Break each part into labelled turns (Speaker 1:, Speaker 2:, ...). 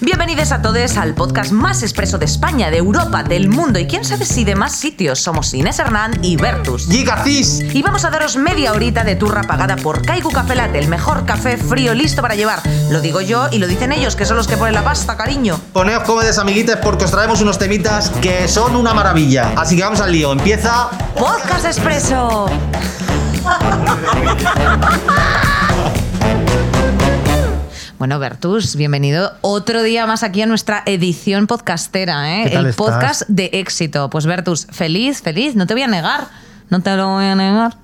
Speaker 1: Bienvenidos a todos al podcast más expreso de España, de Europa, del mundo y quién sabe si de más sitios. Somos Inés Hernán y Bertus.
Speaker 2: ¡Gigacis!
Speaker 1: Y vamos a daros media horita de turra pagada por Kaiku Café Latte, el mejor café frío listo para llevar. Lo digo yo y lo dicen ellos, que son los que ponen la pasta, cariño.
Speaker 2: Poneos cómodes, amiguites, porque os traemos unos temitas que son una maravilla. Así que vamos al lío. Empieza.
Speaker 1: Podcast expreso. Bueno, Bertus, bienvenido otro día más aquí a nuestra edición podcastera, ¿eh?
Speaker 2: ¿Qué tal
Speaker 1: el
Speaker 2: estás?
Speaker 1: podcast de éxito. Pues Bertus, feliz, feliz, no te voy a negar, no te lo voy a negar.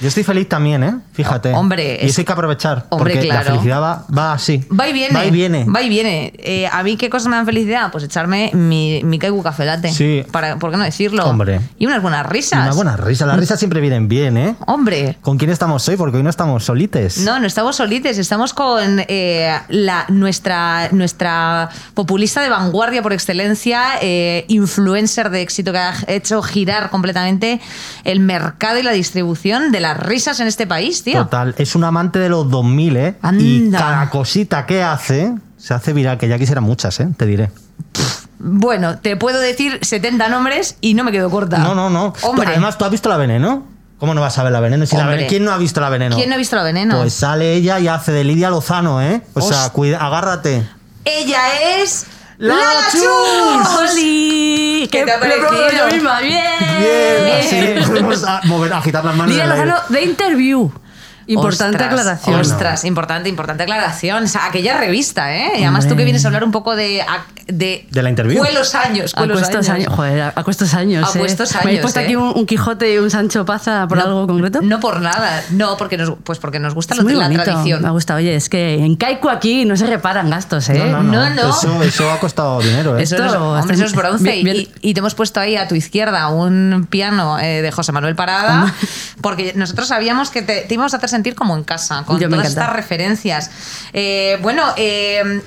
Speaker 2: Yo estoy feliz también, ¿eh? Fíjate.
Speaker 1: Hombre,
Speaker 2: Y
Speaker 1: es-
Speaker 2: eso hay que aprovechar.
Speaker 1: Hombre,
Speaker 2: porque
Speaker 1: claro.
Speaker 2: la felicidad va, va así.
Speaker 1: Va y viene.
Speaker 2: Va y viene.
Speaker 1: Va y viene. Eh, ¿A mí qué cosas me dan felicidad? Pues echarme mi, mi Kaiku Café Latte.
Speaker 2: Sí.
Speaker 1: Para, ¿Por qué no decirlo?
Speaker 2: Hombre.
Speaker 1: Y unas buenas risas.
Speaker 2: Una buena risa. Las risas siempre vienen bien, ¿eh?
Speaker 1: Hombre.
Speaker 2: ¿Con quién estamos hoy? Porque hoy no estamos solites.
Speaker 1: No, no estamos solites, estamos con eh, la, nuestra, nuestra populista de vanguardia por excelencia, eh, influencer de éxito que ha hecho girar completamente el mercado y la distribución de las risas en este país, tío.
Speaker 2: Total. Es un amante de los 2000, ¿eh? Y
Speaker 1: Anda.
Speaker 2: cada cosita que hace se hace viral, que ya quisieran muchas, ¿eh? Te diré.
Speaker 1: Bueno, te puedo decir 70 nombres y no me quedo corta.
Speaker 2: No, no, no.
Speaker 1: Hombre,
Speaker 2: Además, ¿tú has visto la veneno? ¿Cómo no vas a ver la veneno? Si la
Speaker 1: Hombre.
Speaker 2: Veneno- ¿Quién no ha visto la veneno?
Speaker 1: ¿quién no ha visto la veneno?
Speaker 2: Pues sale ella y hace de Lidia Lozano, ¿eh? O sea,
Speaker 1: Host-
Speaker 2: cuida, agárrate.
Speaker 1: Ella es
Speaker 2: Lala Chus.
Speaker 1: ¡Oli! ¿Qué te ha parecido?
Speaker 2: Bien, así podemos a- mover, agitar las manos.
Speaker 3: Lidia
Speaker 2: en el aire.
Speaker 3: Lozano de interview. Importante
Speaker 1: Ostras,
Speaker 3: aclaración.
Speaker 1: Ostras, importante, importante aclaración. O sea, aquella revista, ¿eh? Y además tú que
Speaker 2: Hombre.
Speaker 1: vienes a hablar un poco de. De,
Speaker 2: De la interview.
Speaker 1: Cuelos años,
Speaker 3: A
Speaker 1: cuelos
Speaker 3: cuestos años. Joder, a cuestos años.
Speaker 1: A
Speaker 3: eh.
Speaker 1: cuestos
Speaker 3: Me
Speaker 1: años,
Speaker 3: he puesto
Speaker 1: eh.
Speaker 3: aquí un, un Quijote y un Sancho Paza por
Speaker 1: No-
Speaker 3: algo concreto.
Speaker 1: No por nada. No, porque nos, pues porque nos gusta
Speaker 3: Es
Speaker 1: lo
Speaker 3: muy
Speaker 1: de la
Speaker 3: bonito.
Speaker 1: tradición.
Speaker 3: Me gusta. Oye, es que en Caico aquí no se reparan gastos, ¿eh?
Speaker 2: No, no, no.
Speaker 1: No, no.
Speaker 2: Eso, eso ha costado dinero, ¿eh?
Speaker 1: Eso,
Speaker 3: Esto-
Speaker 1: no es- hombre, eso es bronce.
Speaker 3: Bien, bien.
Speaker 1: Y, y te hemos puesto ahí a tu izquierda un piano eh, de José Manuel Parada, porque nosotros sabíamos que te, te íbamos a hacer sentir como en casa, con
Speaker 3: Yo me
Speaker 1: todas
Speaker 3: encanta.
Speaker 1: estas referencias. Eh, bueno, eh,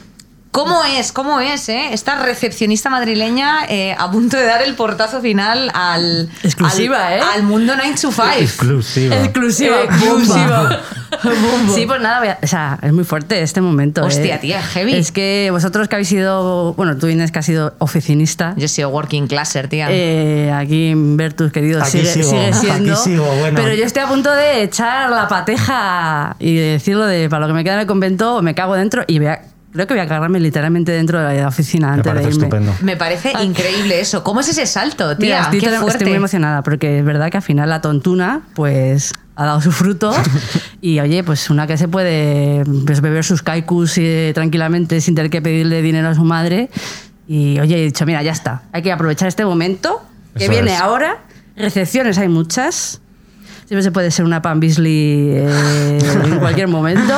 Speaker 1: ¿cómo es? ¿Cómo es? eh? Esta recepcionista madrileña eh, a punto de dar el portazo final al,
Speaker 3: Exclusiva,
Speaker 1: al,
Speaker 3: ¿eh?
Speaker 1: al mundo 9 to 5.
Speaker 2: Exclusiva.
Speaker 3: Exclusiva.
Speaker 1: Exclusiva.
Speaker 3: Bombo. Sí, pues nada, voy a- o sea, es muy fuerte este momento.
Speaker 1: Hostia,
Speaker 3: eh.
Speaker 1: tía, heavy.
Speaker 3: Es que vosotros que habéis sido, bueno, tú Inés que has sido oficinista,
Speaker 1: Yo he sido working classer, tía.
Speaker 3: Eh, aquí en Bertus, querido,
Speaker 2: Aquí
Speaker 3: sigue,
Speaker 2: sigo,
Speaker 3: sigue siendo.
Speaker 2: aquí sigo, bueno.
Speaker 3: Pero yo estoy a punto de echar la pateja y de decirlo de para lo que me queda en el convento, me cago dentro y voy a- creo que voy a cagarme literalmente dentro de la oficina
Speaker 2: Me
Speaker 3: antes de
Speaker 2: parece
Speaker 3: irme.
Speaker 2: estupendo.
Speaker 1: me parece increíble eso. ¿Cómo es ese salto,
Speaker 3: ah. Mira,
Speaker 1: tía?
Speaker 3: estoy,
Speaker 1: Qué
Speaker 3: tan- estoy
Speaker 1: fuerte.
Speaker 3: muy emocionada porque es verdad que al final la tontuna, pues ha dado su fruto y oye, pues una que se puede pues, beber sus kaikus eh, tranquilamente sin tener que pedirle dinero a su madre y oye, he dicho, mira, ya está, hay que aprovechar este momento que
Speaker 2: Eso
Speaker 3: viene
Speaker 2: es.
Speaker 3: ahora, recepciones hay muchas, siempre se puede ser una Pan Beasley eh, en cualquier momento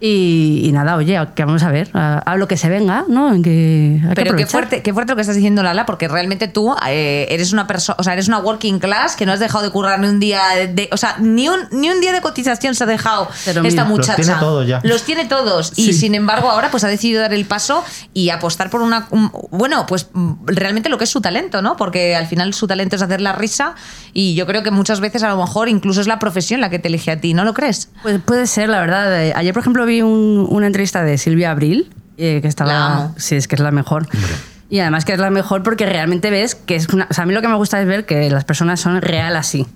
Speaker 3: y, y nada, oye, que vamos a ver, a, a lo que se venga, ¿no? En que hay que
Speaker 1: Pero qué
Speaker 3: aprovechar.
Speaker 1: fuerte, qué fuerte lo que estás diciendo, Lala, porque realmente tú eh, eres una persona, o sea, eres una working class que no has dejado de currar ni un día de, o sea, ni un, ni un día de cotización se ha dejado
Speaker 3: Pero
Speaker 1: esta
Speaker 3: mira, los
Speaker 1: muchacha.
Speaker 2: tiene todos ya.
Speaker 1: Los tiene todos. Y
Speaker 3: Sí.
Speaker 1: sin embargo, ahora pues ha decidido dar el paso y apostar por una un- bueno, pues mm, realmente lo que es su talento, ¿no? Porque al final su talento es hacer la risa y yo creo que muchas veces a lo mejor incluso es la profesión la que te elige a ti, ¿no lo crees?
Speaker 3: Pues puede ser, la verdad. Eh, Ayer, por ejemplo, vi un- una entrevista de Silvia Abril, eh, que estaba.
Speaker 1: La amo.
Speaker 3: Sí, es que es la mejor. Y además que es la mejor porque realmente ves que es una. O sea, a mí lo que me gusta es ver que las personas son real así.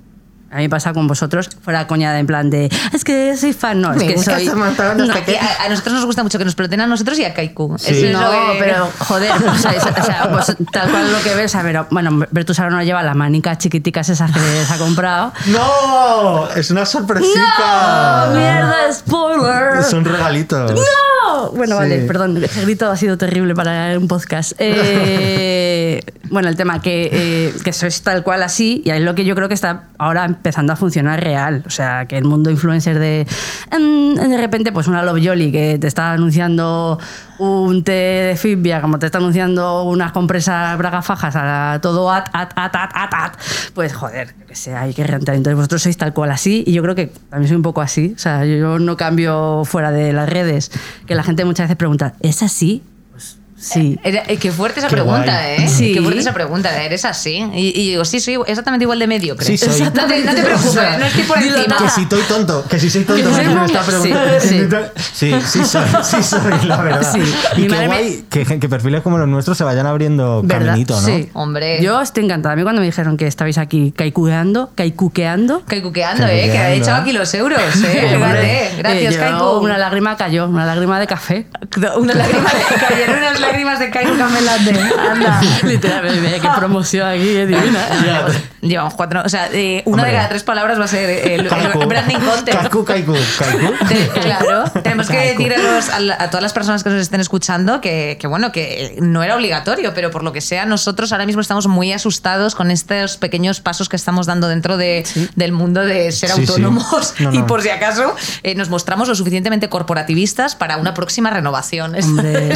Speaker 3: A mí me pasa con vosotros, fuera coña de en plan de. Es que soy fan, no, es
Speaker 2: Me
Speaker 3: que
Speaker 2: gusta
Speaker 3: soy.
Speaker 2: ese montón, no sé
Speaker 1: Aquí a, a nosotros nos gusta mucho que nos ploten a nosotros y a Kaiku.
Speaker 2: Sí.
Speaker 1: Eso es
Speaker 3: No,
Speaker 1: lo que-
Speaker 3: pero joder, o sea, es- o sea, pues, tal cual lo que ves, a ver, bueno, Bertus ahora no lleva las manicas chiquiticas esas que les ha comprado.
Speaker 2: ¡No! ¡Es una sorpresita!
Speaker 3: ¡No! ¡Mierda, spoiler!
Speaker 2: Es un regalito.
Speaker 3: ¡No! Bueno,
Speaker 2: Sí.
Speaker 3: vale, perdón, ese grito ha sido terrible para un podcast. Eh, bueno, el tema que, eh, que sois tal cual así, y es lo que yo creo que está ahora empezando a funcionar real. O sea, que el mundo influencer de. mm, De repente, pues una Love Jolly que te está anunciando un té de Fibia, como te está anunciando unas compresas braga fajas a todo at, at, at, at, at, at, pues joder, yo que sé, hay que rentar. Entonces vosotros sois tal cual así y yo creo que también soy un poco así. O sea, yo no cambio fuera de las redes, que la gente muchas veces pregunta, ¿es así? Pues Sí.
Speaker 1: Era- eh, qué fuerte esa
Speaker 2: Qué
Speaker 1: pregunta,
Speaker 2: guay.
Speaker 1: ¿eh?
Speaker 3: Sí.
Speaker 1: Qué fuerte esa pregunta, ¿eh? ¿eres así? Y, y digo, sí, soy exactamente igual de mediocre.
Speaker 2: Sí, soy.
Speaker 1: No, te, no te preocupes, no estoy por
Speaker 3: Dilo,
Speaker 1: encima.
Speaker 3: tata.
Speaker 2: Que si estoy tonto, que si soy tonto,
Speaker 3: Que
Speaker 2: me
Speaker 3: soy
Speaker 2: me
Speaker 3: mamá.
Speaker 2: está preguntando.
Speaker 3: Sí,
Speaker 2: Sí,
Speaker 3: sí.
Speaker 2: sí soy, sí soy, la verdad.
Speaker 3: Sí.
Speaker 4: Y
Speaker 3: Mi
Speaker 4: qué
Speaker 3: madre me-
Speaker 4: guay que, gen- que perfiles como los nuestros se vayan abriendo
Speaker 3: ¿Verdad?
Speaker 4: caminito, ¿no?
Speaker 3: Sí.
Speaker 1: Hombre.
Speaker 3: Yo estoy encantada. A mí cuando me dijeron que estabais aquí caicuqueando, caicuqueando.
Speaker 1: Caicuqueando, ¿eh?
Speaker 4: Caicuqueando,
Speaker 1: Que ha echado
Speaker 4: ¿eh?
Speaker 1: aquí los euros, ¿eh? Fíjate. Gracias,
Speaker 3: eh, yo-
Speaker 1: Kaiku.
Speaker 3: Una lágrima cayó, una lágrima de café.
Speaker 1: Una lágrima de- cayeron unas lágrimas de Kaiku Camelate. Anda.
Speaker 3: Literalmente, mira, qué promoción aquí, qué divina.
Speaker 1: Llevamos cuatro. O sea, eh, una
Speaker 4: Hombre.
Speaker 1: de cada tres palabras va a ser el, el
Speaker 2: Kaiku.
Speaker 1: branding content.
Speaker 2: Kaiku, kaiku, kaiku.
Speaker 1: Te- claro, tenemos que decir a, los- a la- a todas las personas que nos estén escuchando que, que, bueno, que no era obligatorio, pero por lo que sea, nosotros ahora mismo estamos muy asustados con estos pequeños pasos que estamos dando dentro de, del mundo de ser
Speaker 4: Sí, sí.
Speaker 1: autónomos
Speaker 4: No,
Speaker 1: y
Speaker 4: no.
Speaker 1: por si acaso eh, nos mostramos lo suficientemente corporativistas para una próxima renovación.
Speaker 3: Hombre.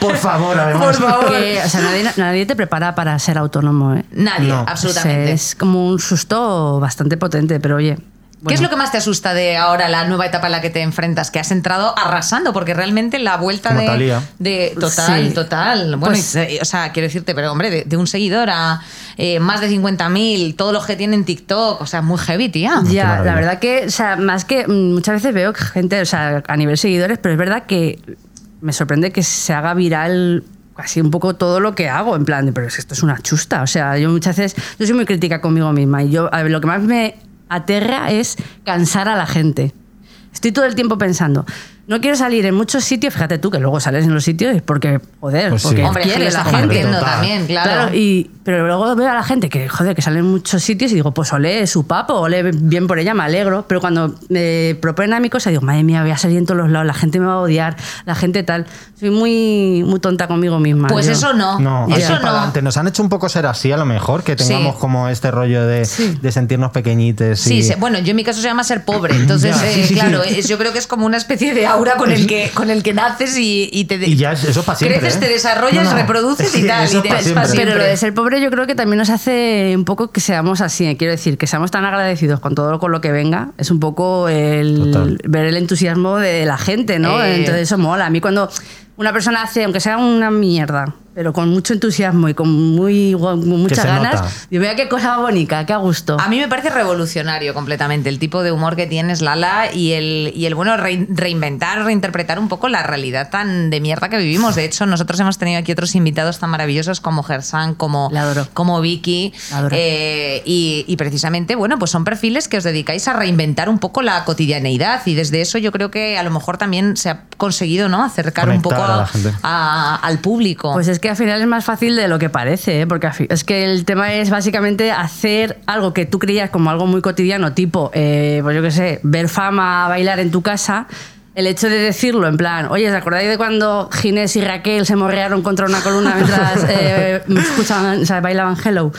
Speaker 2: Por favor,
Speaker 1: por
Speaker 2: además.
Speaker 1: favor.
Speaker 4: Eh,
Speaker 3: Que, o sea, nadie, nadie te prepara para ser autónomo, ¿eh?
Speaker 1: Nadie,
Speaker 2: No.
Speaker 1: absolutamente.
Speaker 3: O sea, es como un susto bastante potente, pero oye.
Speaker 1: ¿Qué es lo que más te asusta de ahora la nueva etapa en la que te enfrentas? Que has entrado arrasando, porque realmente la vuelta
Speaker 4: Como
Speaker 1: de,
Speaker 4: Thalía.
Speaker 1: de- Total,
Speaker 3: Sí.
Speaker 1: total. Bueno,
Speaker 3: Pues-
Speaker 1: y- eh, o sea, quiero decirte, pero hombre, de, de un seguidor a eh, más de 50.000, todos los que tienen TikTok, o sea, muy heavy, tía.
Speaker 4: Qué
Speaker 3: Ya, la
Speaker 4: maravilla.
Speaker 3: verdad que, o sea, más que mm, muchas veces veo que gente, o sea, a nivel seguidores, pero es verdad que me sorprende que se haga viral casi un poco todo lo que hago, en plan, de, pero es que esto es una chusta, o sea, yo muchas veces, yo soy muy crítica conmigo misma y yo, a ver, lo que más me aterra es cansar a la gente. Estoy todo el tiempo pensando, no quiero salir en muchos sitios, fíjate tú que luego sales en los sitios porque, joder,
Speaker 4: Pues sí.
Speaker 3: porque
Speaker 1: Hombre,
Speaker 3: quiere
Speaker 1: que
Speaker 3: la
Speaker 1: está
Speaker 3: gente.
Speaker 1: partiendo
Speaker 2: Total.
Speaker 1: también, claro.
Speaker 3: y, pero luego veo a la gente que, joder, que sale en muchos sitios y digo, pues ole su papo, ole bien por ella, me alegro. Pero cuando me proponen a mi cosa, digo, madre mía, voy a salir en todos los lados, la gente me va a odiar, la gente tal. Soy muy, muy tonta conmigo misma.
Speaker 1: pues
Speaker 3: yo.
Speaker 1: eso no.
Speaker 4: No, hay que
Speaker 1: eso
Speaker 4: ir para
Speaker 1: no.
Speaker 4: adelante. Nos han hecho un poco ser así, a lo mejor, que
Speaker 1: Sí.
Speaker 4: tengamos como este rollo de, de sentirnos pequeñites.
Speaker 1: Sí,
Speaker 4: y-
Speaker 1: se- bueno, yo en mi caso se llama ser pobre, entonces,
Speaker 4: Ya, sí,
Speaker 1: eh,
Speaker 4: sí, sí.
Speaker 1: claro, es- yo creo que es como una especie de aura con el que, con el que naces y, y te de-
Speaker 4: Y ya es- eso es para siempre,
Speaker 1: creces,
Speaker 4: ¿eh?
Speaker 1: te desarrollas,
Speaker 4: No, no.
Speaker 1: reproduces y
Speaker 4: Sí,
Speaker 1: tal,
Speaker 4: eso
Speaker 1: y
Speaker 4: es
Speaker 1: te
Speaker 4: pa'
Speaker 1: es pa'
Speaker 4: siempre.
Speaker 1: siempre.
Speaker 3: Pero lo de ser pobre yo creo que también nos hace un poco que seamos así. eh. Quiero decir, que seamos tan agradecidos con todo lo- con lo que venga. Es un poco el
Speaker 4: Total.
Speaker 3: ver el entusiasmo de la gente, ¿no?
Speaker 1: Eh.
Speaker 3: Entonces eso mola. A mí cuando una persona hace, aunque sea una mierda, pero con mucho entusiasmo y con muy con muchas
Speaker 4: se
Speaker 3: ganas,
Speaker 4: nota.
Speaker 3: yo veo qué cosa bonita, qué a gusto.
Speaker 1: A mí me parece revolucionario completamente el tipo de humor que tienes, Lala, y el, y el bueno, rein- reinventar, reinterpretar un poco la realidad tan de mierda que vivimos. De hecho, nosotros hemos tenido aquí otros invitados tan maravillosos como Gersan, como,
Speaker 3: La adoro.
Speaker 1: como Vicky.
Speaker 3: La adoro.
Speaker 1: eh, y, y precisamente, bueno, pues son perfiles que os dedicáis a reinventar un poco la cotidianeidad. Y desde eso yo creo que a lo mejor también se ha conseguido, ¿no? Acercar un
Speaker 4: Conectar
Speaker 1: poco
Speaker 4: a la
Speaker 1: a-
Speaker 4: gente.
Speaker 1: a- al público.
Speaker 3: Pues es que al final es más fácil de lo que parece, ¿eh? porque al fi- es que el tema es básicamente hacer algo que tú creías como algo muy cotidiano, tipo, eh, pues yo qué sé, ver fama, bailar en tu casa. El hecho de decirlo, en plan, oye, ¿os acordáis de cuando Ginés y Raquel se morrearon contra una columna mientras eh, escuchaban, o sea, bailaban Hello?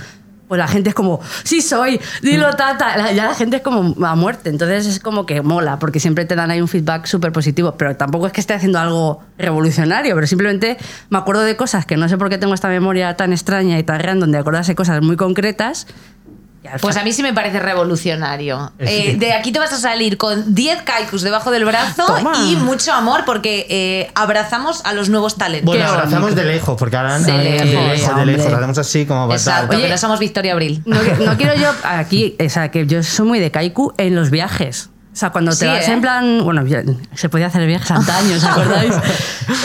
Speaker 3: Pues la gente es como, sí soy, dilo tata. La- Ya la gente es como a muerte. Entonces es como que mola, porque siempre te dan ahí un feedback súper positivo. Pero tampoco es que esté haciendo algo revolucionario, pero simplemente me acuerdo de cosas que no sé por qué tengo esta memoria tan extraña y tan random de acordarse cosas muy concretas. Y al
Speaker 1: Pues a
Speaker 3: fin-
Speaker 1: mí sí me parece revolucionario.
Speaker 4: Es-
Speaker 1: Eh, de aquí te vas a salir con 10 kaikus debajo del brazo
Speaker 3: Toma.
Speaker 1: y mucho amor porque eh, abrazamos a los nuevos talentos.
Speaker 4: Bueno,
Speaker 1: Qué
Speaker 4: abrazamos
Speaker 1: bonito.
Speaker 4: de lejos, porque ahora
Speaker 1: Sí,
Speaker 4: de lejos, de
Speaker 3: hombre.
Speaker 4: lejos, hacemos así como para tal.
Speaker 1: Exacto, que
Speaker 3: Oye,
Speaker 1: no somos Victoria Abril.
Speaker 3: No, que- no quiero yo aquí, o sea, que yo soy muy de kaiku en los viajes. O sea, cuando te
Speaker 1: Sí,
Speaker 3: vas
Speaker 1: ¿eh?
Speaker 3: en plan. Bueno, ya- se podía hacer viajes antaños, ¿os acordáis?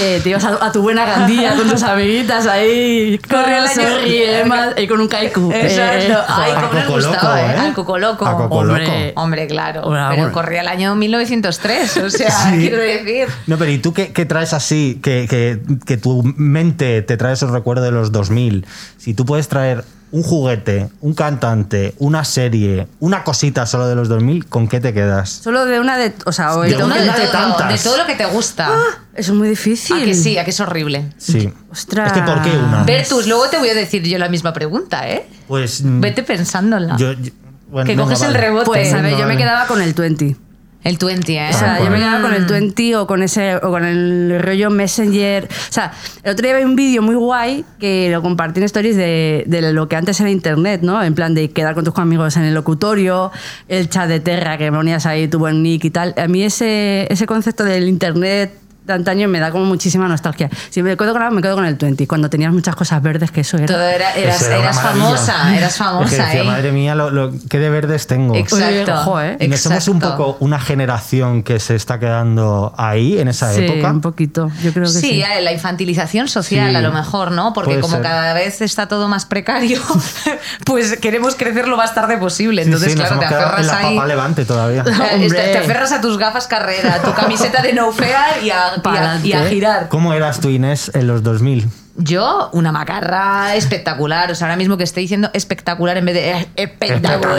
Speaker 3: Eh, te ibas a, a tu buena gandía con tus amiguitas ahí.
Speaker 1: Corría el año.
Speaker 3: sonríe, más, y con un kaiku.
Speaker 1: ¿eh? Exacto.
Speaker 3: Eh,
Speaker 1: Ay,
Speaker 4: joder.
Speaker 1: cómo nos
Speaker 4: A Coco
Speaker 1: gustaba,
Speaker 4: Loco,
Speaker 1: ¿eh?
Speaker 4: ¿eh?
Speaker 1: Al Coco Loco.
Speaker 4: A Coco
Speaker 1: Hombre,
Speaker 4: Loco.
Speaker 1: hombre, claro.
Speaker 3: Bueno,
Speaker 1: pero
Speaker 3: bueno.
Speaker 1: corría el año 1903, o sea,
Speaker 4: Sí.
Speaker 1: Ah, quiero decir.
Speaker 4: No, pero ¿y tú qué, qué traes así? Que, que- que tu mente te trae esos recuerdos de los 2000. Si tú puedes traer un juguete, un cantante, una serie, una cosita solo de los 2000, ¿con qué te quedas?
Speaker 3: Solo de una de. O sea, hoy.
Speaker 4: De una
Speaker 1: Uno de,
Speaker 4: de
Speaker 1: todo,
Speaker 4: tantas.
Speaker 1: de todo lo que te gusta.
Speaker 3: Eso es muy difícil.
Speaker 1: a que sí, a que es horrible.
Speaker 4: Sí.
Speaker 3: Ostras.
Speaker 4: Es que ¿por qué una?
Speaker 1: Bertus, luego te voy a decir yo la misma pregunta, ¿eh?
Speaker 4: Pues. mm,
Speaker 1: Vete pensándola.
Speaker 4: yo- yo- bueno,
Speaker 1: Que coges el rebote.
Speaker 3: Pues,
Speaker 4: Venga,
Speaker 3: a ver, yo me
Speaker 4: Ah, vale.
Speaker 3: quedaba con el 20.
Speaker 1: El 20, ¿eh?
Speaker 3: O sea,
Speaker 4: Tal
Speaker 3: yo me
Speaker 4: cual.
Speaker 3: quedaba con el 20 o con ese o con el rollo Messenger. O sea, el otro día vi un vídeo muy guay que lo compartí en stories de, de lo que antes era internet, ¿no? En plan de quedar con tus amigos en el locutorio, el chat de Terra que ponías ahí tu buen nick y tal. A mí ese, ese concepto del internet de antaño me da como muchísima nostalgia. Si me quedo con algo, me quedo con el 20, cuando tenías muchas cosas verdes, que eso era.
Speaker 1: Todo era, eras,
Speaker 4: Eso era una
Speaker 1: eras
Speaker 4: maravilla.
Speaker 1: famosa, eras
Speaker 4: Es que
Speaker 1: famosa,
Speaker 4: decía,
Speaker 1: ¿eh?
Speaker 4: madre mía, lo, lo- qué de verdes tengo.
Speaker 1: Exacto.
Speaker 3: Oye, ojo, ¿eh?
Speaker 4: Y Nos somos un
Speaker 1: exacto.
Speaker 4: poco una generación que se está quedando ahí en esa
Speaker 3: Sí,
Speaker 4: época.
Speaker 3: un poquito. Yo creo que
Speaker 1: Sí,
Speaker 3: sí.
Speaker 1: eh, la infantilización social
Speaker 4: Sí.
Speaker 1: a lo mejor, ¿no? Porque
Speaker 4: Puede
Speaker 1: como
Speaker 4: ser.
Speaker 1: cada vez está todo más precario, pues queremos crecer lo más tarde posible.
Speaker 4: Sí,
Speaker 1: Entonces,
Speaker 4: sí, nos
Speaker 1: claro, te
Speaker 4: hemos quedado
Speaker 1: aferras
Speaker 4: en la
Speaker 1: ahí.
Speaker 4: papa levante todavía.
Speaker 1: Eh, Te,
Speaker 3: Hombre. Este,
Speaker 1: te aferras a tus gafas carrera, a tu camiseta de no fea y a, y a- y a
Speaker 3: Pa'lante.
Speaker 1: girar.
Speaker 4: ¿Eh? ¿Cómo eras tú, Inés, en los 2000?
Speaker 1: Yo, una macarra espectacular. O sea, ahora mismo que estoy diciendo espectacular en vez de eh, espectacular,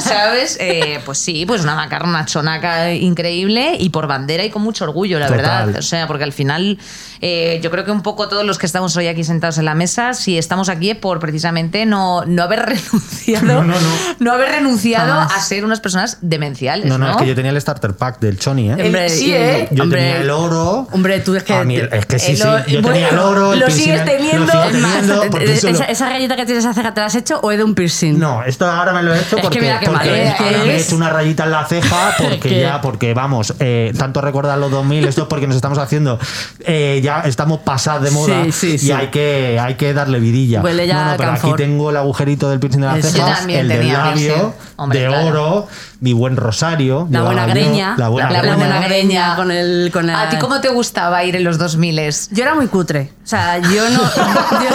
Speaker 1: ¿sabes? Eh, pues sí, pues una macarra, una chonaca increíble y por bandera y con mucho orgullo, la
Speaker 4: Total.
Speaker 1: verdad. O sea, porque al final eh, yo creo que un poco todos los que estamos hoy aquí sentados en la mesa, si estamos aquí es por precisamente no, no haber renunciado,
Speaker 4: No, no, no.
Speaker 1: no haber renunciado
Speaker 3: Jamás.
Speaker 1: a ser unas personas demenciales, ¿no?
Speaker 4: No, no, es que yo tenía el starter pack del Choni, ¿eh?
Speaker 1: El- sí, ¿eh?
Speaker 4: Yo tenía el oro.
Speaker 3: Hombre, tú es que.
Speaker 4: A mí,
Speaker 3: te-
Speaker 4: Ah, es que sí,
Speaker 1: el
Speaker 4: sí.
Speaker 1: oro-
Speaker 4: Yo tenía el
Speaker 1: bueno,
Speaker 4: oro. El
Speaker 1: lo
Speaker 4: piercing,
Speaker 1: sigues teniendo.
Speaker 4: Lo
Speaker 3: Es
Speaker 4: sigo
Speaker 3: más,
Speaker 4: teniendo. porque eso
Speaker 3: esa,
Speaker 4: lo-
Speaker 3: esa rayita que tienes hace ¿te la has hecho o es de un piercing?
Speaker 4: No, esto ahora me lo he hecho
Speaker 3: Es que
Speaker 4: porque,
Speaker 3: mira qué
Speaker 4: porque
Speaker 3: mal
Speaker 4: ahora
Speaker 3: eres.
Speaker 4: me he hecho una rayita en la ceja porque
Speaker 3: que-
Speaker 4: ya, porque vamos, eh, tanto recordar los 2000, esto es porque nos estamos haciendo, eh, ya estamos pasados de moda
Speaker 3: Sí, sí,
Speaker 4: y
Speaker 3: sí.
Speaker 4: hay que hay que darle vidilla.
Speaker 3: Huele ya
Speaker 4: no, no, pero
Speaker 3: a
Speaker 4: aquí
Speaker 3: confort.
Speaker 4: tengo el agujerito del piercing de la
Speaker 3: Eso. Yo
Speaker 4: ceja,
Speaker 1: también
Speaker 4: el del
Speaker 1: tenía piercing.
Speaker 4: labio,
Speaker 1: Hombre,
Speaker 4: de
Speaker 1: claro.
Speaker 4: oro, mi buen rosario,
Speaker 3: La buena
Speaker 4: llevaba yo,
Speaker 3: greña.
Speaker 4: la buena
Speaker 1: La
Speaker 4: greña.
Speaker 1: buena greña.
Speaker 3: Con el, con la-
Speaker 1: ¿A ti cómo te gustaba ir en los 2000?
Speaker 3: Yo era muy cutre. O sea, yo no.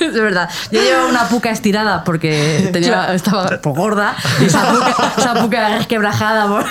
Speaker 3: yo- de verdad. Yo llevaba una puca estirada porque tenía, estaba un poco gorda. Y esa puca, esa puca resquebrajada. por-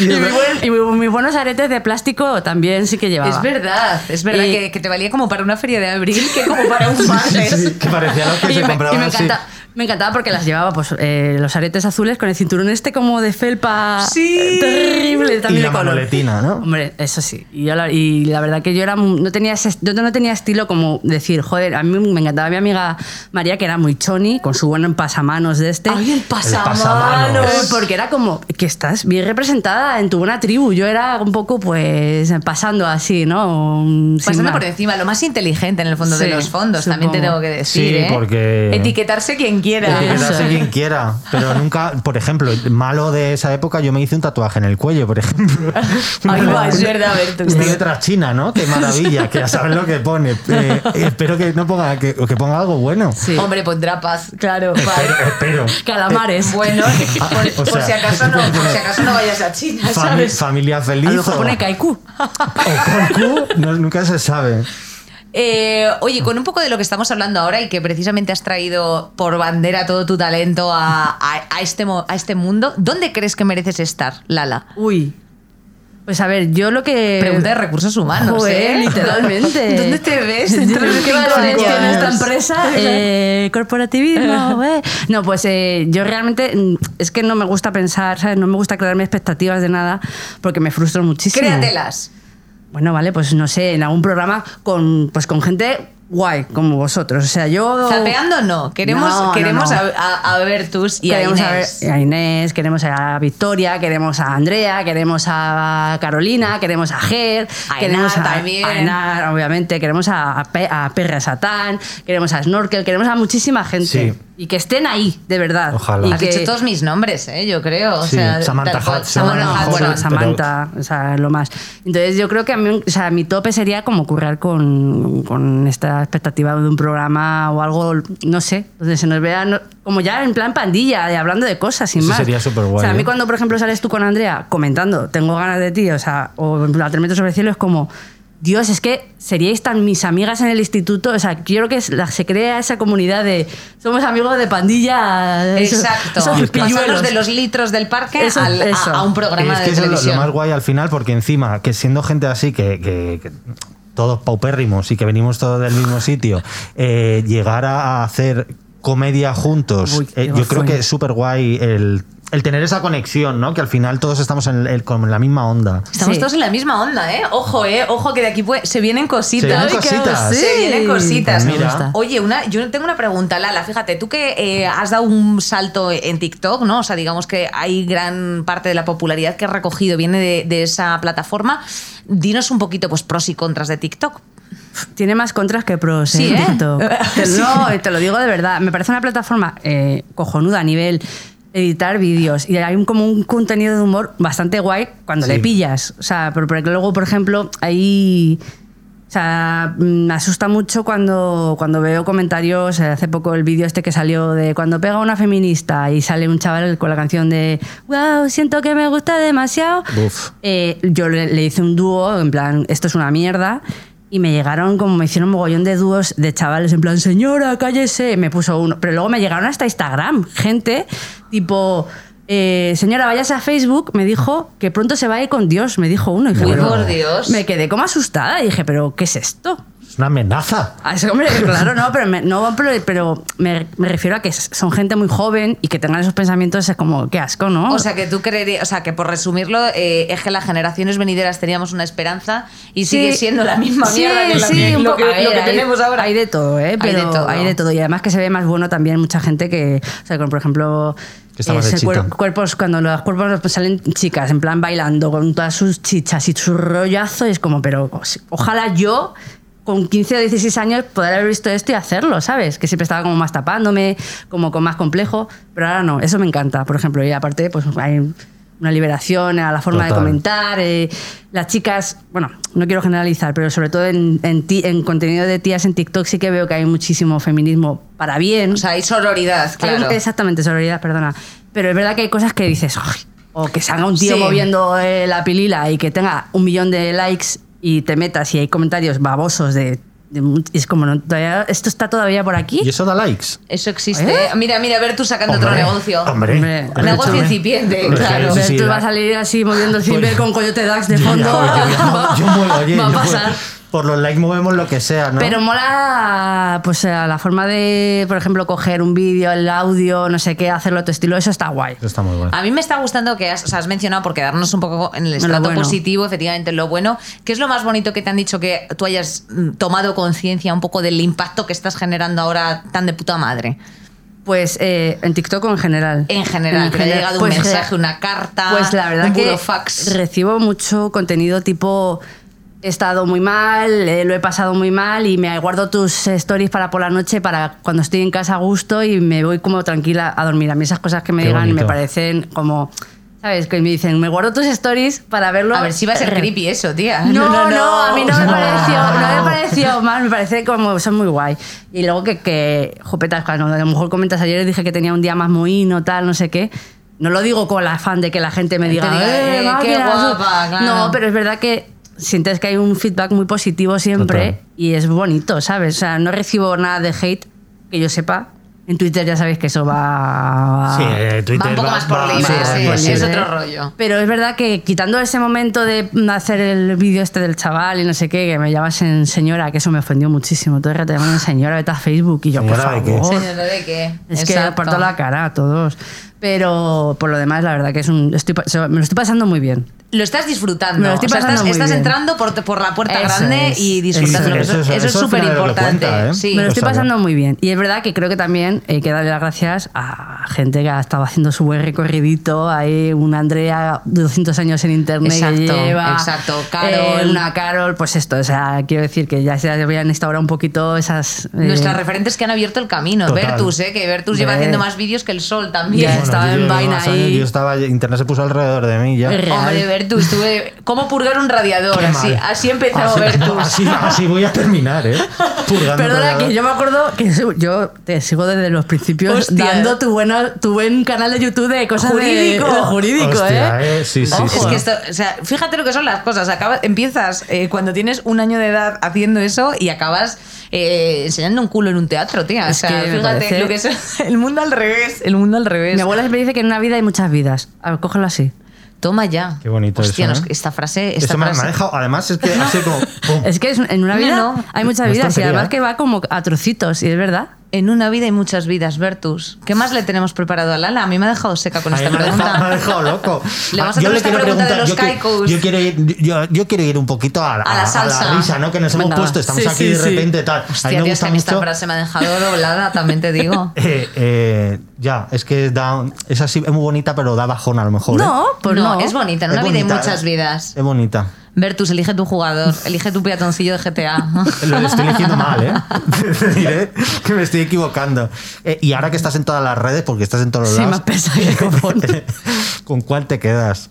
Speaker 3: Y, mi buen- y mi- mis buenos aretes de plástico también sí que llevaba.
Speaker 1: Es verdad, es verdad
Speaker 3: Y-
Speaker 1: que, que te valía como para una feria de abril que como para un
Speaker 4: Sí,
Speaker 1: martes.
Speaker 4: sí, que parecía lo que
Speaker 3: Y
Speaker 4: se
Speaker 3: me, y
Speaker 4: compraban
Speaker 3: me
Speaker 4: así.
Speaker 3: encanta- me encantaba porque las llevaba pues eh, los aretes azules con el cinturón este como de felpa
Speaker 1: Sí.
Speaker 3: eh, terrible
Speaker 4: Y
Speaker 3: también
Speaker 4: la
Speaker 3: de color.
Speaker 4: manoletina, ¿no?
Speaker 3: Hombre, eso sí. Y, yo la, y la verdad que yo era mu- no tenía ese est- yo no tenía estilo como decir, joder, a mí me encantaba mi amiga María que era muy choni con su buen pasamanos de este.
Speaker 1: Ay, el
Speaker 4: pasamanos.
Speaker 1: pasamanos.
Speaker 3: Eh, Porque era como que estás bien representada en tu buena tribu. Yo era un poco, pues, pasando así, ¿no? Un- sin
Speaker 1: Pasando
Speaker 3: más.
Speaker 1: por encima, lo más inteligente en el fondo de
Speaker 3: Sí,
Speaker 1: los fondos, también te tengo
Speaker 3: supongo.
Speaker 1: que decir.
Speaker 4: Sí,
Speaker 1: ¿eh?
Speaker 4: porque-
Speaker 1: Etiquetarse quien quiera.
Speaker 4: Etiquetarse
Speaker 3: Eso.
Speaker 4: quien quiera, pero nunca, por ejemplo, el malo de esa época, yo me hice un tatuaje en el cuello, por ejemplo.
Speaker 1: Ay, va, es verdad, Bertus,
Speaker 4: Una
Speaker 1: tío.
Speaker 4: letra china, ¿no? Qué maravilla, que ya sabes lo que pone. Eh, espero que no ponga, que, que ponga algo bueno.
Speaker 3: Sí.
Speaker 1: Hombre, pondrá paz, claro.
Speaker 4: Espero,
Speaker 1: vale.
Speaker 4: espero.
Speaker 3: Calamares.
Speaker 1: Bueno,
Speaker 4: Ah,
Speaker 1: por,
Speaker 4: o
Speaker 1: por
Speaker 4: sea,
Speaker 1: si acaso no, por si acaso no vayas a China,
Speaker 4: Fami-
Speaker 1: ¿sabes?
Speaker 4: familia feliz.
Speaker 3: a lo mejor
Speaker 4: o-
Speaker 3: pone Kaiku.
Speaker 4: o con Q, no, nunca se sabe.
Speaker 1: Eh, oye, con un poco de lo que estamos hablando ahora y que precisamente has traído por bandera todo tu talento a, a- a este, mo- a este mundo, ¿dónde crees que mereces estar, Lala?
Speaker 3: Uy. Pues a ver, yo lo que.
Speaker 1: Pregunta de recursos humanos,
Speaker 3: Joder,
Speaker 1: ¿eh?
Speaker 3: literalmente.
Speaker 1: ¿Dónde te ves dentro de
Speaker 3: ¿Qué
Speaker 1: cinco
Speaker 3: valores
Speaker 1: años?
Speaker 3: tiene esta empresa? Eh, corporativismo, eh. No, pues eh, yo realmente mm, es que no me gusta pensar, ¿sabes? No me gusta crearme expectativas de nada porque me frustro muchísimo.
Speaker 1: Créatelas.
Speaker 3: Bueno, vale, pues no sé, en algún programa con, pues, con gente guay, como vosotros. O sea, yo.
Speaker 1: Zapeando no. Queremos,
Speaker 3: No, no,
Speaker 1: queremos
Speaker 3: no.
Speaker 1: A, a- a Bertus y
Speaker 3: queremos
Speaker 1: a
Speaker 3: a,
Speaker 1: Inés.
Speaker 3: ver- a Inés, queremos a Victoria, queremos a Andrea, queremos a Carolina, queremos a Ger,
Speaker 1: A
Speaker 3: queremos
Speaker 1: Enar
Speaker 3: a,
Speaker 1: también.
Speaker 3: a Enar, obviamente, queremos a, a, Pe- a Perra Satán, queremos a Snorkel, queremos a muchísima gente.
Speaker 4: Sí.
Speaker 3: Y que estén ahí, de verdad.
Speaker 4: Ojalá.
Speaker 3: Y
Speaker 1: Has
Speaker 3: que-
Speaker 1: dicho todos mis nombres, ¿eh? yo creo. O
Speaker 4: Sí,
Speaker 1: sea,
Speaker 4: Samantha
Speaker 1: tal cual.
Speaker 4: Hudson,
Speaker 1: Samantha
Speaker 3: bueno,
Speaker 4: Samantha
Speaker 1: Hudson.
Speaker 4: Hudson.
Speaker 3: Samantha, o sea, lo más. Entonces yo creo que a mí, o sea, mi tope sería como currar con, con esta expectativa de un programa o algo, no sé, donde se nos vea no- como ya en plan pandilla, de hablando de cosas sin
Speaker 4: Eso
Speaker 3: más.
Speaker 4: sería superguay,
Speaker 3: O sea, a mí
Speaker 4: ¿eh?
Speaker 3: cuando, por ejemplo, sales tú con Andrea comentando, tengo ganas de ti, o sea, o a tres metros sobre el cielo, es como... Dios, es que seríais tan mis amigas en el instituto. O sea, quiero que la- se crea esa comunidad de somos amigos de pandilla. esos-
Speaker 1: Exacto.
Speaker 3: esos pilluelos.
Speaker 1: Pasarnos de los litros del parque
Speaker 3: Eso-
Speaker 1: al- a-
Speaker 3: eso.
Speaker 1: A, un programa
Speaker 4: es que
Speaker 1: de
Speaker 4: eso es lo-
Speaker 1: televisión.
Speaker 4: Lo, más guay al final, porque encima, que siendo gente así, que, que- que todos paupérrimos y que venimos todos del mismo sitio, eh, llegar a hacer comedia juntos,
Speaker 3: Uy, qué
Speaker 4: eh, yo creo
Speaker 3: bajón.
Speaker 4: que es súper guay el, el tener esa conexión, ¿no? Que al final todos estamos en, el- como en la misma onda.
Speaker 1: Estamos
Speaker 3: Sí.
Speaker 1: todos en la misma onda, ¿eh? Ojo, ¿eh? Ojo que de aquí pue- se vienen cositas.
Speaker 4: Se vienen
Speaker 1: Ay, qué
Speaker 4: cositas.
Speaker 1: os- Se vienen cositas.
Speaker 4: Pues mira. Me gusta.
Speaker 1: Oye, una, yo tengo una pregunta, Lala. Fíjate, tú que eh, has dado un salto en TikTok, ¿no? O sea, digamos que hay gran parte de la popularidad que has recogido viene de, de esa plataforma. Dinos un poquito, pues, pros y contras de TikTok.
Speaker 3: Tiene más contras que pros
Speaker 1: Sí,
Speaker 3: en
Speaker 1: ¿eh?
Speaker 3: TikTok. Te, no, te lo digo de verdad. Me parece una plataforma eh, cojonuda a nivel editar vídeos. Y hay un, como un contenido de humor bastante guay cuando
Speaker 4: Sí.
Speaker 3: le pillas. O sea, pero, pero que luego, por ejemplo, ahí. O sea, mm, me asusta mucho cuando, cuando veo comentarios. eh, Hace poco el vídeo este que salió de cuando pega una feminista y sale un chaval con la canción de Wow, siento que me gusta demasiado.
Speaker 4: Buf.
Speaker 3: Eh, yo le, le hice un dúo, en plan, esto es una mierda. Y me llegaron, como me hicieron mogollón de dúos de chavales, en plan, señora, cállese. Me puso uno. Pero luego me llegaron hasta Instagram, gente, tipo, eh, señora, váyase a Facebook. Me dijo que pronto se va a ir con Dios, me dijo uno. Y dije,
Speaker 1: Uy,
Speaker 3: "Pero-".
Speaker 1: por Dios.
Speaker 3: Me quedé como asustada y dije, ¿pero qué es esto?
Speaker 4: Es una amenaza.
Speaker 3: A ese hombre, claro, no, pero, me, no, pero, pero me, me refiero a que son gente muy joven y que tengan esos pensamientos, es como, qué asco, ¿no?
Speaker 1: O sea que tú creerías, o sea que por resumirlo, eh, es que las generaciones venideras teníamos una esperanza y sigue
Speaker 3: Sí.
Speaker 1: siendo la misma
Speaker 3: Sí,
Speaker 1: mierda que, la
Speaker 3: sí,
Speaker 1: que-
Speaker 3: un
Speaker 1: lo,
Speaker 3: poco.
Speaker 1: que,
Speaker 3: A ver,
Speaker 1: lo que
Speaker 3: hay-
Speaker 1: tenemos ahora.
Speaker 3: Hay de todo, ¿eh? Pero hay de todo. Y además que se ve más bueno también mucha gente que, o sea, con, por ejemplo,
Speaker 4: Que está más de
Speaker 3: ese cuer-
Speaker 4: chica.
Speaker 3: cuerpos, cuando los cuerpos pues, salen chicas, en plan bailando, con todas sus chichas y su rollazo, y es como, pero o sea, ojalá yo. Con 15 o 16 años poder haber visto esto y hacerlo, ¿sabes? Que siempre estaba como más tapándome, como con más complejo, pero ahora no, eso me encanta, por ejemplo, y aparte pues hay una liberación a la forma de
Speaker 4: Total.
Speaker 3: comentar comentar, eh, las chicas, bueno, no quiero generalizar, pero sobre todo en, en, ti- en contenido de tías en TikTok sí que veo que hay muchísimo feminismo para bien.
Speaker 1: O sea, hay sororidad,
Speaker 3: Hay-
Speaker 1: claro.
Speaker 3: exactamente, sororidad, perdona. Pero es verdad que hay cosas que dices, "Ay", o que salga un tío
Speaker 1: Sí.
Speaker 3: moviendo eh, la pilila y que tenga un millón de likes y te metas y hay comentarios babosos de... de mu- y es como, no, todavía- esto está todavía por aquí.
Speaker 4: Y eso da likes.
Speaker 1: Eso existe.
Speaker 3: ¿Eh?
Speaker 1: ¿eh? Mira, mira, a ver tú sacando otro
Speaker 4: Hombre,
Speaker 1: negocio.
Speaker 4: Hombre.
Speaker 3: Hombre.
Speaker 4: escúchame.
Speaker 1: Negocio incipiente,
Speaker 4: Hombre,
Speaker 1: claro.
Speaker 4: sí, sí,
Speaker 3: tú
Speaker 4: la-
Speaker 3: vas a salir así moviendo el
Speaker 4: Pues-
Speaker 3: ciber con Coyote Dax de
Speaker 4: Yo ya,
Speaker 3: fondo.
Speaker 4: oye, yo- yo muevo, oye,
Speaker 3: Va a
Speaker 4: yo muevo.
Speaker 3: pasar.
Speaker 4: Por los likes movemos lo que sea, ¿no?
Speaker 3: Pero mola, pues a la forma de, por ejemplo, coger un vídeo, el audio, no sé qué, hacerlo a tu estilo, eso está guay.
Speaker 4: Eso está muy bueno.
Speaker 1: A mí me está gustando que has, o sea, has mencionado, por quedarnos un poco en el
Speaker 3: lo
Speaker 1: estrato
Speaker 3: bueno.
Speaker 1: positivo, efectivamente, en lo bueno. ¿Qué es lo más bonito que te han dicho que tú hayas mm, tomado conciencia un poco del impacto que estás generando ahora tan de puta madre?
Speaker 3: Pues eh, en TikTok o en general.
Speaker 1: En general, que te haya llegado
Speaker 3: Pues,
Speaker 1: un mensaje,
Speaker 3: eh,
Speaker 1: una carta,
Speaker 3: Pues la verdad
Speaker 1: un
Speaker 3: que
Speaker 1: burofax.
Speaker 3: recibo mucho contenido tipo he estado muy mal, eh, lo he pasado muy mal y me guardo tus stories para por la noche para cuando estoy en casa a gusto y me voy como tranquila a dormir. A mí esas cosas que me
Speaker 4: Qué
Speaker 3: digan me
Speaker 4: bonito.
Speaker 3: parecen como ¿Sabes? Que me dicen, me guardo tus stories para verlo.
Speaker 1: A ver si va a ser
Speaker 3: Re-
Speaker 1: creepy eso, tía.
Speaker 3: No, no, a mí no me
Speaker 4: No.
Speaker 3: pareció, no me pareció mal, me parece como son muy guay. Y luego que, que jopetas, cuando a lo mejor comentas ayer dije que tenía un día más mohino, tal, no sé qué. No lo digo con el afán de que la gente me diga,
Speaker 1: diga,
Speaker 3: "Eh,
Speaker 1: eh, qué
Speaker 3: máquina, eso".
Speaker 1: guapa, claro.
Speaker 3: No, pero es verdad que sientes que hay un feedback muy positivo siempre
Speaker 4: Total.
Speaker 3: y es bonito, ¿sabes? O sea, no recibo nada de hate que yo sepa. En Twitter ya sabéis que eso va...
Speaker 4: Sí,
Speaker 3: Ah,
Speaker 4: eh, Twitter
Speaker 1: Va un poco más por libre,
Speaker 4: más
Speaker 1: sí,
Speaker 4: por
Speaker 1: sí,
Speaker 4: libre.
Speaker 1: pues es otro rollo.
Speaker 3: Pero es verdad que quitando ese momento de hacer el vídeo este del chaval y no sé qué, que me llamasen señora, que eso me ofendió muchísimo. Todo el rato llamaban señora, vete a Facebook y yo, por
Speaker 4: Señora, ¿de qué?
Speaker 3: favor.
Speaker 1: Señora, ¿de qué?
Speaker 3: Es que
Speaker 1: Exacto.
Speaker 3: por toda la cara a todos. Pero por lo demás, la verdad que es un. estoy pa- se- me lo estoy pasando muy bien.
Speaker 1: Lo estás disfrutando.
Speaker 3: Me lo estoy
Speaker 1: O sea,
Speaker 3: pasando
Speaker 1: estás
Speaker 3: muy
Speaker 1: estás
Speaker 3: bien.
Speaker 1: entrando por, por la puerta
Speaker 3: Eso
Speaker 1: grande
Speaker 3: es,
Speaker 1: y
Speaker 3: eso
Speaker 1: disfrutando.
Speaker 4: es.
Speaker 1: Eso, eso
Speaker 4: Eso-
Speaker 1: es
Speaker 4: eso al final
Speaker 1: súper
Speaker 4: es lo que cuenta,
Speaker 1: importante.
Speaker 4: ¿eh?
Speaker 1: Sí.
Speaker 3: me
Speaker 4: Pues
Speaker 3: lo estoy
Speaker 4: a ver.
Speaker 3: pasando muy bien. Y es verdad que creo que también hay que darle las gracias a gente que ha estado haciendo su buen recorridito. Hay una Andrea de 200 años en internet que
Speaker 1: Exacto,
Speaker 3: lleva.
Speaker 1: exacto. Carol.
Speaker 3: eh, una Carol, pues esto. O sea, quiero decir que ya se habían instaurado un poquito esas. eh,
Speaker 1: Nuestras referentes que han abierto el camino.
Speaker 4: Total.
Speaker 1: Vertus, ¿eh? que Vertus lleva
Speaker 3: Ver.
Speaker 1: haciendo más vídeos que el sol
Speaker 3: Ya
Speaker 1: también.
Speaker 4: Bueno,
Speaker 3: estaba
Speaker 4: yo
Speaker 3: en
Speaker 4: llevo
Speaker 3: vaina
Speaker 4: más años,
Speaker 3: ahí.
Speaker 4: Yo estaba, internet se puso alrededor de mí ya.
Speaker 3: Es real.
Speaker 1: Hombre, Vertus, tuve. ¿Cómo purgar un radiador?
Speaker 4: Qué
Speaker 1: Así,
Speaker 4: mal. Ah,
Speaker 1: así empezó
Speaker 4: Así-
Speaker 1: Vertus.
Speaker 4: Así, así voy a terminar, ¿eh? Purgando
Speaker 3: Perdona,
Speaker 4: alrededor.
Speaker 3: que yo me acuerdo que su- yo te sigo desde los principios
Speaker 1: Hostia.
Speaker 3: dando tu, bueno, tu buen canal de YouTube de cosas de-
Speaker 1: Jurídico.
Speaker 3: de jurídico,
Speaker 4: Hostia,
Speaker 3: ¿eh?
Speaker 4: eh, Sí, sí,
Speaker 1: Ojo,
Speaker 4: sí.
Speaker 1: es que esto, o sea, fíjate lo que son las cosas. Acabas, empiezas eh, cuando tienes un año de edad haciendo eso y acabas eh, enseñando un culo en un teatro, tía.
Speaker 3: Es
Speaker 1: o sea,
Speaker 3: que me
Speaker 1: fíjate
Speaker 3: parece-
Speaker 1: lo que es el mundo al revés. El mundo al revés.
Speaker 3: Mi abuela siempre dice que en una vida hay muchas vidas. A ver, cógelo así.
Speaker 1: Toma ya.
Speaker 4: Qué bonito
Speaker 1: Hostia,
Speaker 4: eso,
Speaker 1: nos-
Speaker 4: ¿eh?
Speaker 1: esta frase. Esta
Speaker 4: Eso me, me
Speaker 1: frase-
Speaker 4: ha dejado. Además, es que ha sido como. pum.
Speaker 3: Es que es- en una
Speaker 1: No,
Speaker 3: vida
Speaker 1: no.
Speaker 3: hay muchas
Speaker 4: No es
Speaker 3: vidas y
Speaker 4: tontería,
Speaker 3: además
Speaker 4: ¿eh?
Speaker 3: que va como a trocitos, y es verdad.
Speaker 1: En una vida hay muchas vidas, Vertus. ¿Qué más le tenemos preparado a Lala? A mí me ha dejado seca con
Speaker 4: Ahí
Speaker 1: esta
Speaker 4: me ha dejado, me ha
Speaker 1: pregunta.
Speaker 4: dejado loco.
Speaker 1: Le vamos a
Speaker 4: Ah,
Speaker 1: hacer esta
Speaker 4: quiero
Speaker 1: pregunta de los
Speaker 4: yo quiero-
Speaker 1: kaikus.
Speaker 4: Yo quiero, ir, yo, yo quiero ir un poquito a, la-
Speaker 1: A la salsa. Pues
Speaker 4: risa, ¿no? Que nos hemos
Speaker 3: Venga, va.
Speaker 4: puesto, estamos
Speaker 3: Sí,
Speaker 4: aquí
Speaker 3: sí,
Speaker 4: de
Speaker 3: sí.
Speaker 4: repente tal. A mí
Speaker 1: Hostia,
Speaker 4: me
Speaker 1: Dios,
Speaker 4: gusta
Speaker 1: que a mí esta
Speaker 4: mucho-
Speaker 1: frase me ha dejado doblada, también te digo.
Speaker 4: Eh, eh, Ya, es que da, es así, es muy bonita, pero da bajón a lo mejor. ¿eh?
Speaker 3: No, pues no.
Speaker 1: no, es bonita. En
Speaker 4: Es
Speaker 1: una vida hay
Speaker 4: bonita,
Speaker 1: muchas
Speaker 4: eh.
Speaker 1: vidas.
Speaker 4: Es bonita.
Speaker 1: Vertus, elige tu jugador, elige tu peatoncillo de GTA.
Speaker 4: Lo estoy eligiendo mal, ¿eh? Te diré que me estoy equivocando. Eh, y ahora que estás en todas las redes, porque estás en todos los
Speaker 3: Sí,
Speaker 4: lados.
Speaker 3: más pesa que el copón.
Speaker 4: ¿Con cuál te quedas?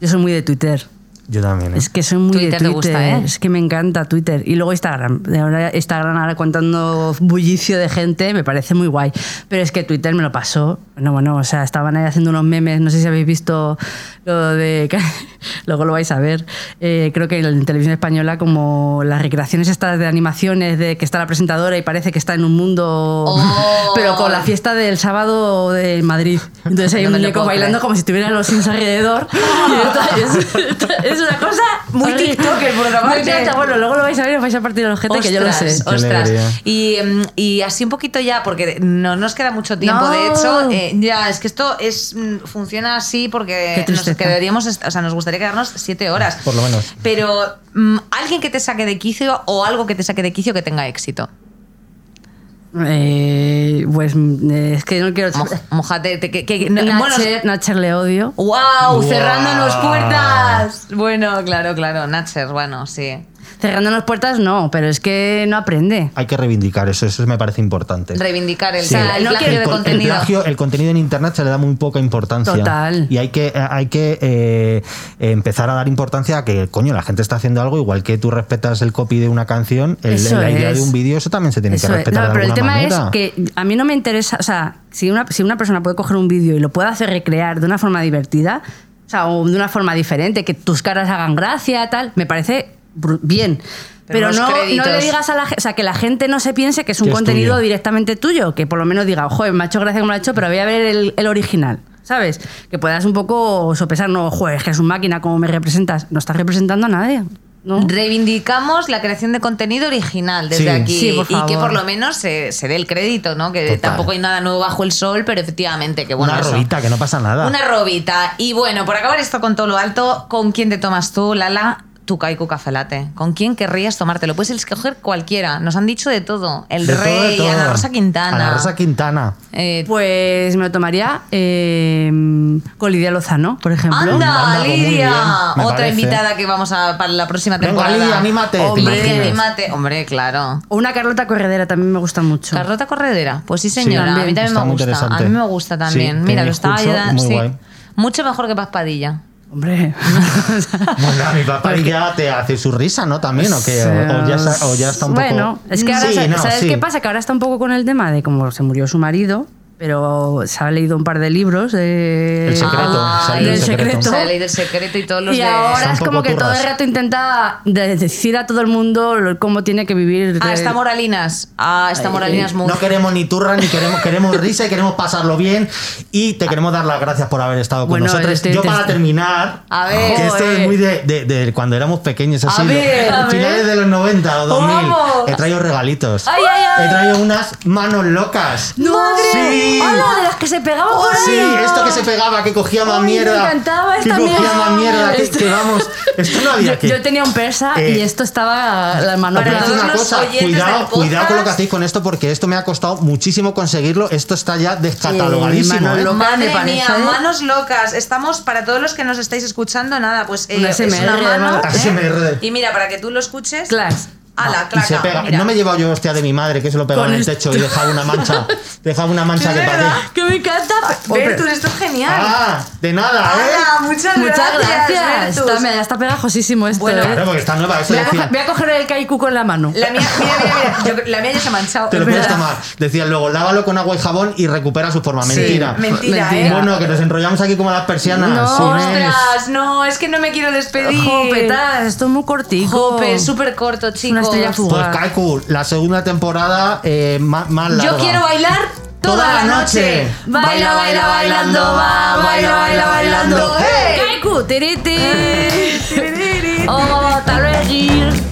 Speaker 3: Yo soy muy de Twitter.
Speaker 4: Yo también. ¿eh?
Speaker 3: Es que soy muy de
Speaker 1: Twitter te
Speaker 3: Twitter.
Speaker 1: gusta, ¿eh?
Speaker 3: Es que me encanta Twitter. Y luego Instagram. De Ahora Instagram ahora contando bullicio de gente me parece muy guay. Pero es que Twitter me lo pasó. No, bueno, o sea, estaban ahí haciendo unos memes. No sé si habéis visto lo de... luego lo vais a ver. Eh, creo que en televisión española como las recreaciones estas de animaciones de que está la presentadora y parece que está en un mundo...
Speaker 1: Oh.
Speaker 3: Pero con la fiesta del sábado de Madrid. Entonces hay
Speaker 1: No
Speaker 3: un
Speaker 1: me lo
Speaker 3: muñeco
Speaker 1: puedo
Speaker 3: bailando
Speaker 1: creer.
Speaker 3: como si tuviera los Sims alrededor. Y esto es, es una cosa muy
Speaker 1: Horrible.
Speaker 3: TikToker, por otra
Speaker 1: Muy
Speaker 3: parte.
Speaker 1: bien.
Speaker 3: Bueno, luego lo vais a ver y os vais a partir el ojete, que yo lo sé.
Speaker 1: Ostras,
Speaker 4: Qué alegría.
Speaker 1: Ostras. Y, mm, y así un poquito ya, porque no nos queda mucho tiempo.
Speaker 3: No.
Speaker 1: De hecho, eh, ya es que esto es mm, funciona así porque
Speaker 3: Qué
Speaker 1: nos
Speaker 3: tristeza.
Speaker 1: quedaríamos, o sea, nos gustaría quedarnos siete horas.
Speaker 4: Por lo menos.
Speaker 1: Pero mm, alguien que te saque de quicio o algo que te saque de quicio que tenga éxito.
Speaker 3: Eh, pues mm, eh, es que no quiero...
Speaker 1: Mo- Mojate. te- que- que- no- bueno,
Speaker 3: Nacher, Nacher le odio.
Speaker 1: ¡Wow!
Speaker 4: Guau.
Speaker 1: ¡Cerrándonos puertas! Bueno, claro, claro. Natcher, bueno, sí.
Speaker 3: Cerrándonos puertas no, pero es que no aprende.
Speaker 4: Hay que reivindicar eso, eso me parece importante.
Speaker 1: Reivindicar el,
Speaker 4: Sí.
Speaker 1: o sea, el
Speaker 3: No
Speaker 1: plagio
Speaker 3: quiero-
Speaker 1: de
Speaker 4: con-
Speaker 1: contenido.
Speaker 4: plagio- el contenido en internet se le da muy poca importancia.
Speaker 3: Total.
Speaker 4: Y hay que, hay que eh, empezar a dar importancia a que, coño, la gente está haciendo algo, igual que tú respetas el copy de una canción, el-
Speaker 3: Eso
Speaker 4: la idea
Speaker 3: es.
Speaker 4: de un vídeo, eso también se tiene
Speaker 3: Eso
Speaker 4: que
Speaker 3: es.
Speaker 4: respetar.
Speaker 3: No,
Speaker 4: de
Speaker 3: pero el tema
Speaker 4: alguna manera.
Speaker 3: es que a mí no me interesa, o sea, si una, si una persona puede coger un vídeo y lo puede hacer recrear de una forma divertida, o sea, o de una forma diferente, que tus caras hagan gracia, tal, me parece bru- bien.
Speaker 1: Pero
Speaker 3: Pero,
Speaker 1: los
Speaker 3: no, no
Speaker 1: créditos.
Speaker 3: le digas a la gente, o sea, que la gente no se piense que es un
Speaker 4: Que es
Speaker 3: contenido
Speaker 4: tuyo.
Speaker 3: directamente tuyo, que por lo menos diga, joder, me ha hecho gracia como lo ha hecho, pero voy a ver el, el original. ¿Sabes? Que puedas un poco sopesar, no, joder, es que es un máquina, ¿cómo me representas? No estás representando a nadie. ¿no?
Speaker 1: Reivindicamos la creación de contenido original desde
Speaker 4: Sí.
Speaker 1: aquí
Speaker 3: Sí, por
Speaker 1: y que
Speaker 3: favor.
Speaker 1: por lo menos se, se dé el crédito, ¿no? Que
Speaker 4: Total.
Speaker 1: tampoco hay nada nuevo bajo el sol, pero efectivamente que bueno.
Speaker 4: una
Speaker 1: eso.
Speaker 4: robita, que no pasa nada.
Speaker 1: Una robita. Y bueno, por acabar esto con todo lo alto, ¿con quién te tomas tú, Lala? Tu kaiku café latte. ¿Con quién querrías tomártelo? Puedes escoger cualquiera. Nos han dicho de todo. El
Speaker 4: De todo, de
Speaker 1: Rey,
Speaker 4: todo.
Speaker 1: Ana Rosa Quintana.
Speaker 4: Ana Rosa Quintana.
Speaker 1: Eh,
Speaker 3: Pues me lo tomaría eh, con Lidia Lozano, por ejemplo.
Speaker 1: ¡Anda,
Speaker 4: Anda, pues muy
Speaker 1: Lidia!
Speaker 4: bien, me
Speaker 1: Otra
Speaker 4: parece.
Speaker 1: invitada que vamos a para la próxima
Speaker 4: Venga,
Speaker 1: temporada.
Speaker 4: Lidia, anímate, ¿te
Speaker 1: Hombre,
Speaker 4: imaginas?
Speaker 1: anímate. Hombre, claro.
Speaker 3: O una Carlota Corredera también me gusta mucho.
Speaker 1: Carlota Corredera, pues sí señora, a mí
Speaker 3: también.
Speaker 1: también
Speaker 4: Está
Speaker 1: me
Speaker 4: muy
Speaker 1: gusta, a
Speaker 4: interesante.
Speaker 1: mí me gusta también.
Speaker 4: Sí,
Speaker 1: Mira,
Speaker 4: tiene
Speaker 1: lo estaba
Speaker 4: discurso
Speaker 1: ayudando,
Speaker 4: muy
Speaker 1: sí.
Speaker 4: guay.
Speaker 1: Mucho mejor que Paspadilla.
Speaker 3: Hombre.
Speaker 4: Bueno, mi papá ya te hace su risa, ¿no? También, ¿o qué? O, o ya, está- o ya está un
Speaker 3: Bueno,
Speaker 4: poco...
Speaker 3: es que ahora,
Speaker 4: Sí,
Speaker 3: sa-
Speaker 4: no,
Speaker 3: ¿sabes
Speaker 4: sí.
Speaker 3: qué pasa? Que ahora está un poco con el tema de cómo se murió su marido, pero se ha leído un par de libros. eh,
Speaker 4: El secreto,
Speaker 1: Ah,
Speaker 4: se ha leído
Speaker 3: del
Speaker 4: el secreto.
Speaker 3: secreto.
Speaker 1: Se ha leído el secreto y todos los
Speaker 3: Y
Speaker 1: de-
Speaker 3: ahora
Speaker 4: Está un
Speaker 3: es como
Speaker 4: poco
Speaker 3: que todo el
Speaker 4: turras.
Speaker 3: rato intenta de- decir a todo el mundo lo- cómo tiene que vivir.
Speaker 1: Ah,
Speaker 3: eh,
Speaker 1: está Moralinas. Ah, está
Speaker 3: Ay,
Speaker 1: Moralinas muy.
Speaker 4: eh, No queremos ni turra, ni queremos, queremos risa y queremos pasarlo bien. Y te queremos dar las gracias por haber estado con
Speaker 3: Bueno,
Speaker 4: nosotros.
Speaker 3: este-
Speaker 4: Yo
Speaker 3: este-
Speaker 4: para terminar,
Speaker 1: A ver.
Speaker 4: que esto
Speaker 3: Joder.
Speaker 4: es muy de, de- de cuando éramos pequeños, así,
Speaker 1: A
Speaker 4: de-
Speaker 1: ver, a
Speaker 4: finales de los 90 o 2000,
Speaker 1: Vamos.
Speaker 4: he traído regalitos.
Speaker 1: Ay, ay, ay.
Speaker 4: He traído unas manos locas.
Speaker 3: ¡Madre!
Speaker 4: Sí.
Speaker 3: ¡Hola! De las que se pegaban por ahí.
Speaker 4: Sí, esto que se pegaba, que cogía más
Speaker 3: Ay, me
Speaker 4: mierda.
Speaker 3: encantaba esta
Speaker 4: que cogía
Speaker 3: mierda.
Speaker 4: más mierda. Que,
Speaker 3: Esto-
Speaker 4: que vamos, esto no había
Speaker 3: Yo,
Speaker 4: que.
Speaker 3: yo tenía un persa
Speaker 4: Eh,
Speaker 3: y esto estaba la mano
Speaker 4: Os voy a
Speaker 1: Para
Speaker 4: decir
Speaker 1: todos
Speaker 4: una
Speaker 1: los
Speaker 4: cosa,
Speaker 1: oyentes del
Speaker 4: cuidado,
Speaker 1: podcast.
Speaker 4: cuidado con lo que hacéis con esto porque esto me ha costado muchísimo conseguirlo. Esto está ya
Speaker 3: Eh,
Speaker 4: descatalogadísimo.
Speaker 3: Manolo,
Speaker 4: ¿eh?
Speaker 3: loca,
Speaker 1: Madre
Speaker 3: me parece.
Speaker 1: mía, manos locas. Estamos, para todos los que nos estáis escuchando, nada, pues eh,
Speaker 3: Una
Speaker 1: es
Speaker 3: SMR,
Speaker 1: una mano.
Speaker 3: ¿no?
Speaker 1: ¿eh?
Speaker 4: SMR.
Speaker 1: Y mira, para que tú lo escuches.
Speaker 3: Class.
Speaker 1: Ala,
Speaker 4: Y se
Speaker 1: claca,
Speaker 4: pega.
Speaker 1: mira.
Speaker 4: No me he llevado yo hostia de mi madre, que se lo pegaba
Speaker 3: Con
Speaker 4: en el
Speaker 3: esto.
Speaker 4: techo y dejaba una mancha. Dejaba una mancha que
Speaker 1: verdad.
Speaker 4: parecía.
Speaker 3: Que me encanta.
Speaker 1: Bertus, esto es genial.
Speaker 4: ¡Ah! De nada,
Speaker 1: Ala,
Speaker 4: ¿eh?
Speaker 1: muchas,
Speaker 3: Muchas gracias.
Speaker 1: Bertus.
Speaker 3: Está, mira, está pegajosísimo esto.
Speaker 1: Bueno,
Speaker 3: eh.
Speaker 4: Claro, porque está nueva, eso
Speaker 3: voy, a coger,
Speaker 4: decía.
Speaker 3: voy a coger el kaiku con la mano.
Speaker 1: La mía, mira, mira, mira, yo- la mía ya se ha manchado.
Speaker 4: Te lo
Speaker 1: es
Speaker 4: puedes
Speaker 1: verdad.
Speaker 4: tomar. Decían luego, lávalo con agua y jabón y recupera su forma.
Speaker 1: Sí,
Speaker 4: Mentira.
Speaker 1: mentira,
Speaker 3: Mentira.
Speaker 1: ¿eh?
Speaker 4: Bueno, que nos enrollamos aquí como las persianas.
Speaker 3: No,
Speaker 4: Sí, ¿ves?
Speaker 1: Ostras, no, es que no me quiero despedir.
Speaker 3: Jope, tal, esto es muy cortico.
Speaker 1: Jope, súper corto, chicos.
Speaker 3: estrella fugaz.
Speaker 4: Pues Kaiku, la segunda temporada eh, más, más larga.
Speaker 1: Yo quiero bailar toda, la noche. Baila, baila, bailando, va. Baila, baila, bailando. ¡Hey!
Speaker 3: Kaiku, tiriti.
Speaker 1: Oh, tal vez.